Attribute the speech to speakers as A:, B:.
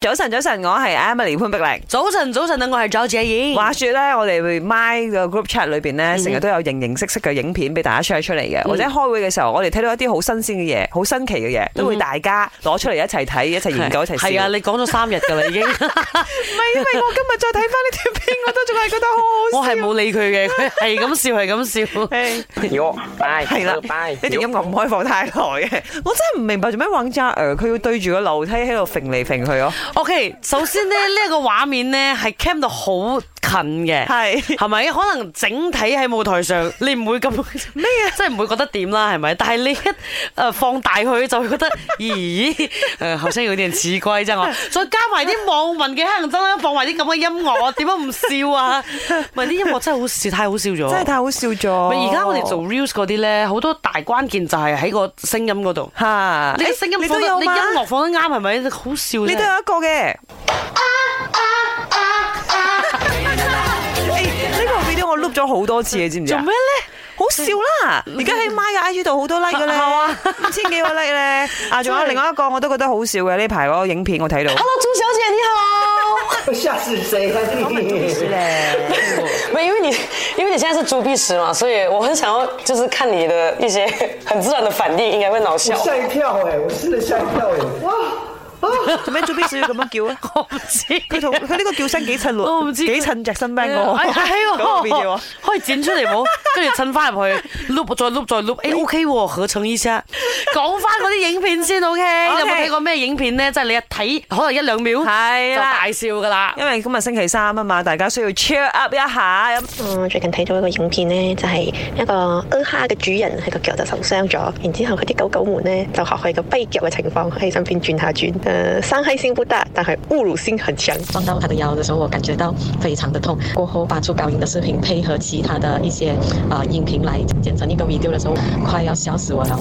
A: 早晨，早晨，我係 Emily 潘碧玲。
B: 早晨，早晨啊！我係周姐燕。
A: 話說咧，我哋會 My 個 group chat 裏邊咧，
B: 嗯
A: 成日都有形形色色嘅影片俾大家 share 出嚟嘅，或者開會嘅時候，我哋睇到一啲好新鮮嘅嘢、好新奇嘅嘢，都會大家攞出嚟一齊睇、一齊研究、一齊笑。
B: 係啊，你講咗三日㗎啦已 經，
A: 唔係因為我今日再睇翻呢條片，我都仲係覺得好
B: 我
A: 好笑。
B: 係冇理佢嘅，佢係咁笑，係咁笑。
A: 係
C: 喲，拜
A: 係啦，
C: 拜
A: 呢，段音樂唔開放太耐嘅，我真係唔明白做咩玩揸誒，佢要對住個樓梯喺度揈嚟揈去哦咯。
B: OK，首先咧呢一個畫面咧係 cam 到好近嘅，
A: 係
B: 係咪？可能整體喺舞台上，你唔 會咁咩啊？即係唔會覺得點啦，係咪？但係你一誒放大佢，就 會覺得咦誒，好像有啲似龜啫我。再加埋啲網民嘅黑人憎啦，放埋啲咁嘅音樂，我點解唔笑啊？唔係啲音樂真係好笑，太好笑 咗，
A: 真係太好笑咗。
B: 咪而家我哋做 reels 嗰啲咧，好多大關鍵就係喺個聲音嗰度。
A: 嚇，
B: 你聲音
A: 你都
B: 放得
A: 有
B: 你音
A: 嘛
B: 樂放得啱係咪？好笑啫
A: 你都有一個 嘅。誒呢個 video 我 loop 咗好多次，你知唔知
B: 做
A: 啊
B: 咩？咧？
A: 好笑啦！而家喺 My 嘅 IG 度好多 like 嘅咧，
B: 啊
A: 五千幾個 like 咧。啊，仲有另外一個我都覺得好笑嘅呢排嗰個影片我 睇到。哦
D: Hello，朱小姐你好。
E: 吓死谁了你？
D: 没，因为你因为你现在是猪鼻屎嘛，所以我很想要就是看你的一些很自然的反应，应该会脑
E: 我
D: 笑。
E: 吓一跳哎、我真的吓一跳哎、
A: 做咩 j u b 要咁樣叫 啊？
B: 我唔知。
A: 佢同佢呢個叫聲幾襯
B: 我唔知
A: 幾襯隻新 band 嗰個
B: 哎
A: 嗰
B: 係
A: 個 video
B: 喎
A: 啊，
B: 可以剪出嚟 冇？跟住襯翻入去，loop 再 loop 再 loop，誒 OK 喎，合成 依家。講翻嗰啲影片先 OK，你有冇睇過咩影片咧？即係你一睇可能一兩秒
A: 係
B: 就
A: 啦
B: 大笑㗎啦。
A: 因為今日星期三啊嘛，大家需要 cheer up 一下。
F: 我嗯最近睇咗一個影片呢，就係、一個呃蝦嘅主人，佢個腳就受傷咗，然之後佢啲狗狗們呢，就學佢個跛腳嘅情況喺身邊轉下轉。呃，傷害性不大，但係侮辱性很強。
G: 撞到他的腰的时候，我感觉到非常的痛。过后发出高音的啊视频，配合其他的一些呃音频来剪成一个 video 的时候，快要笑死我了。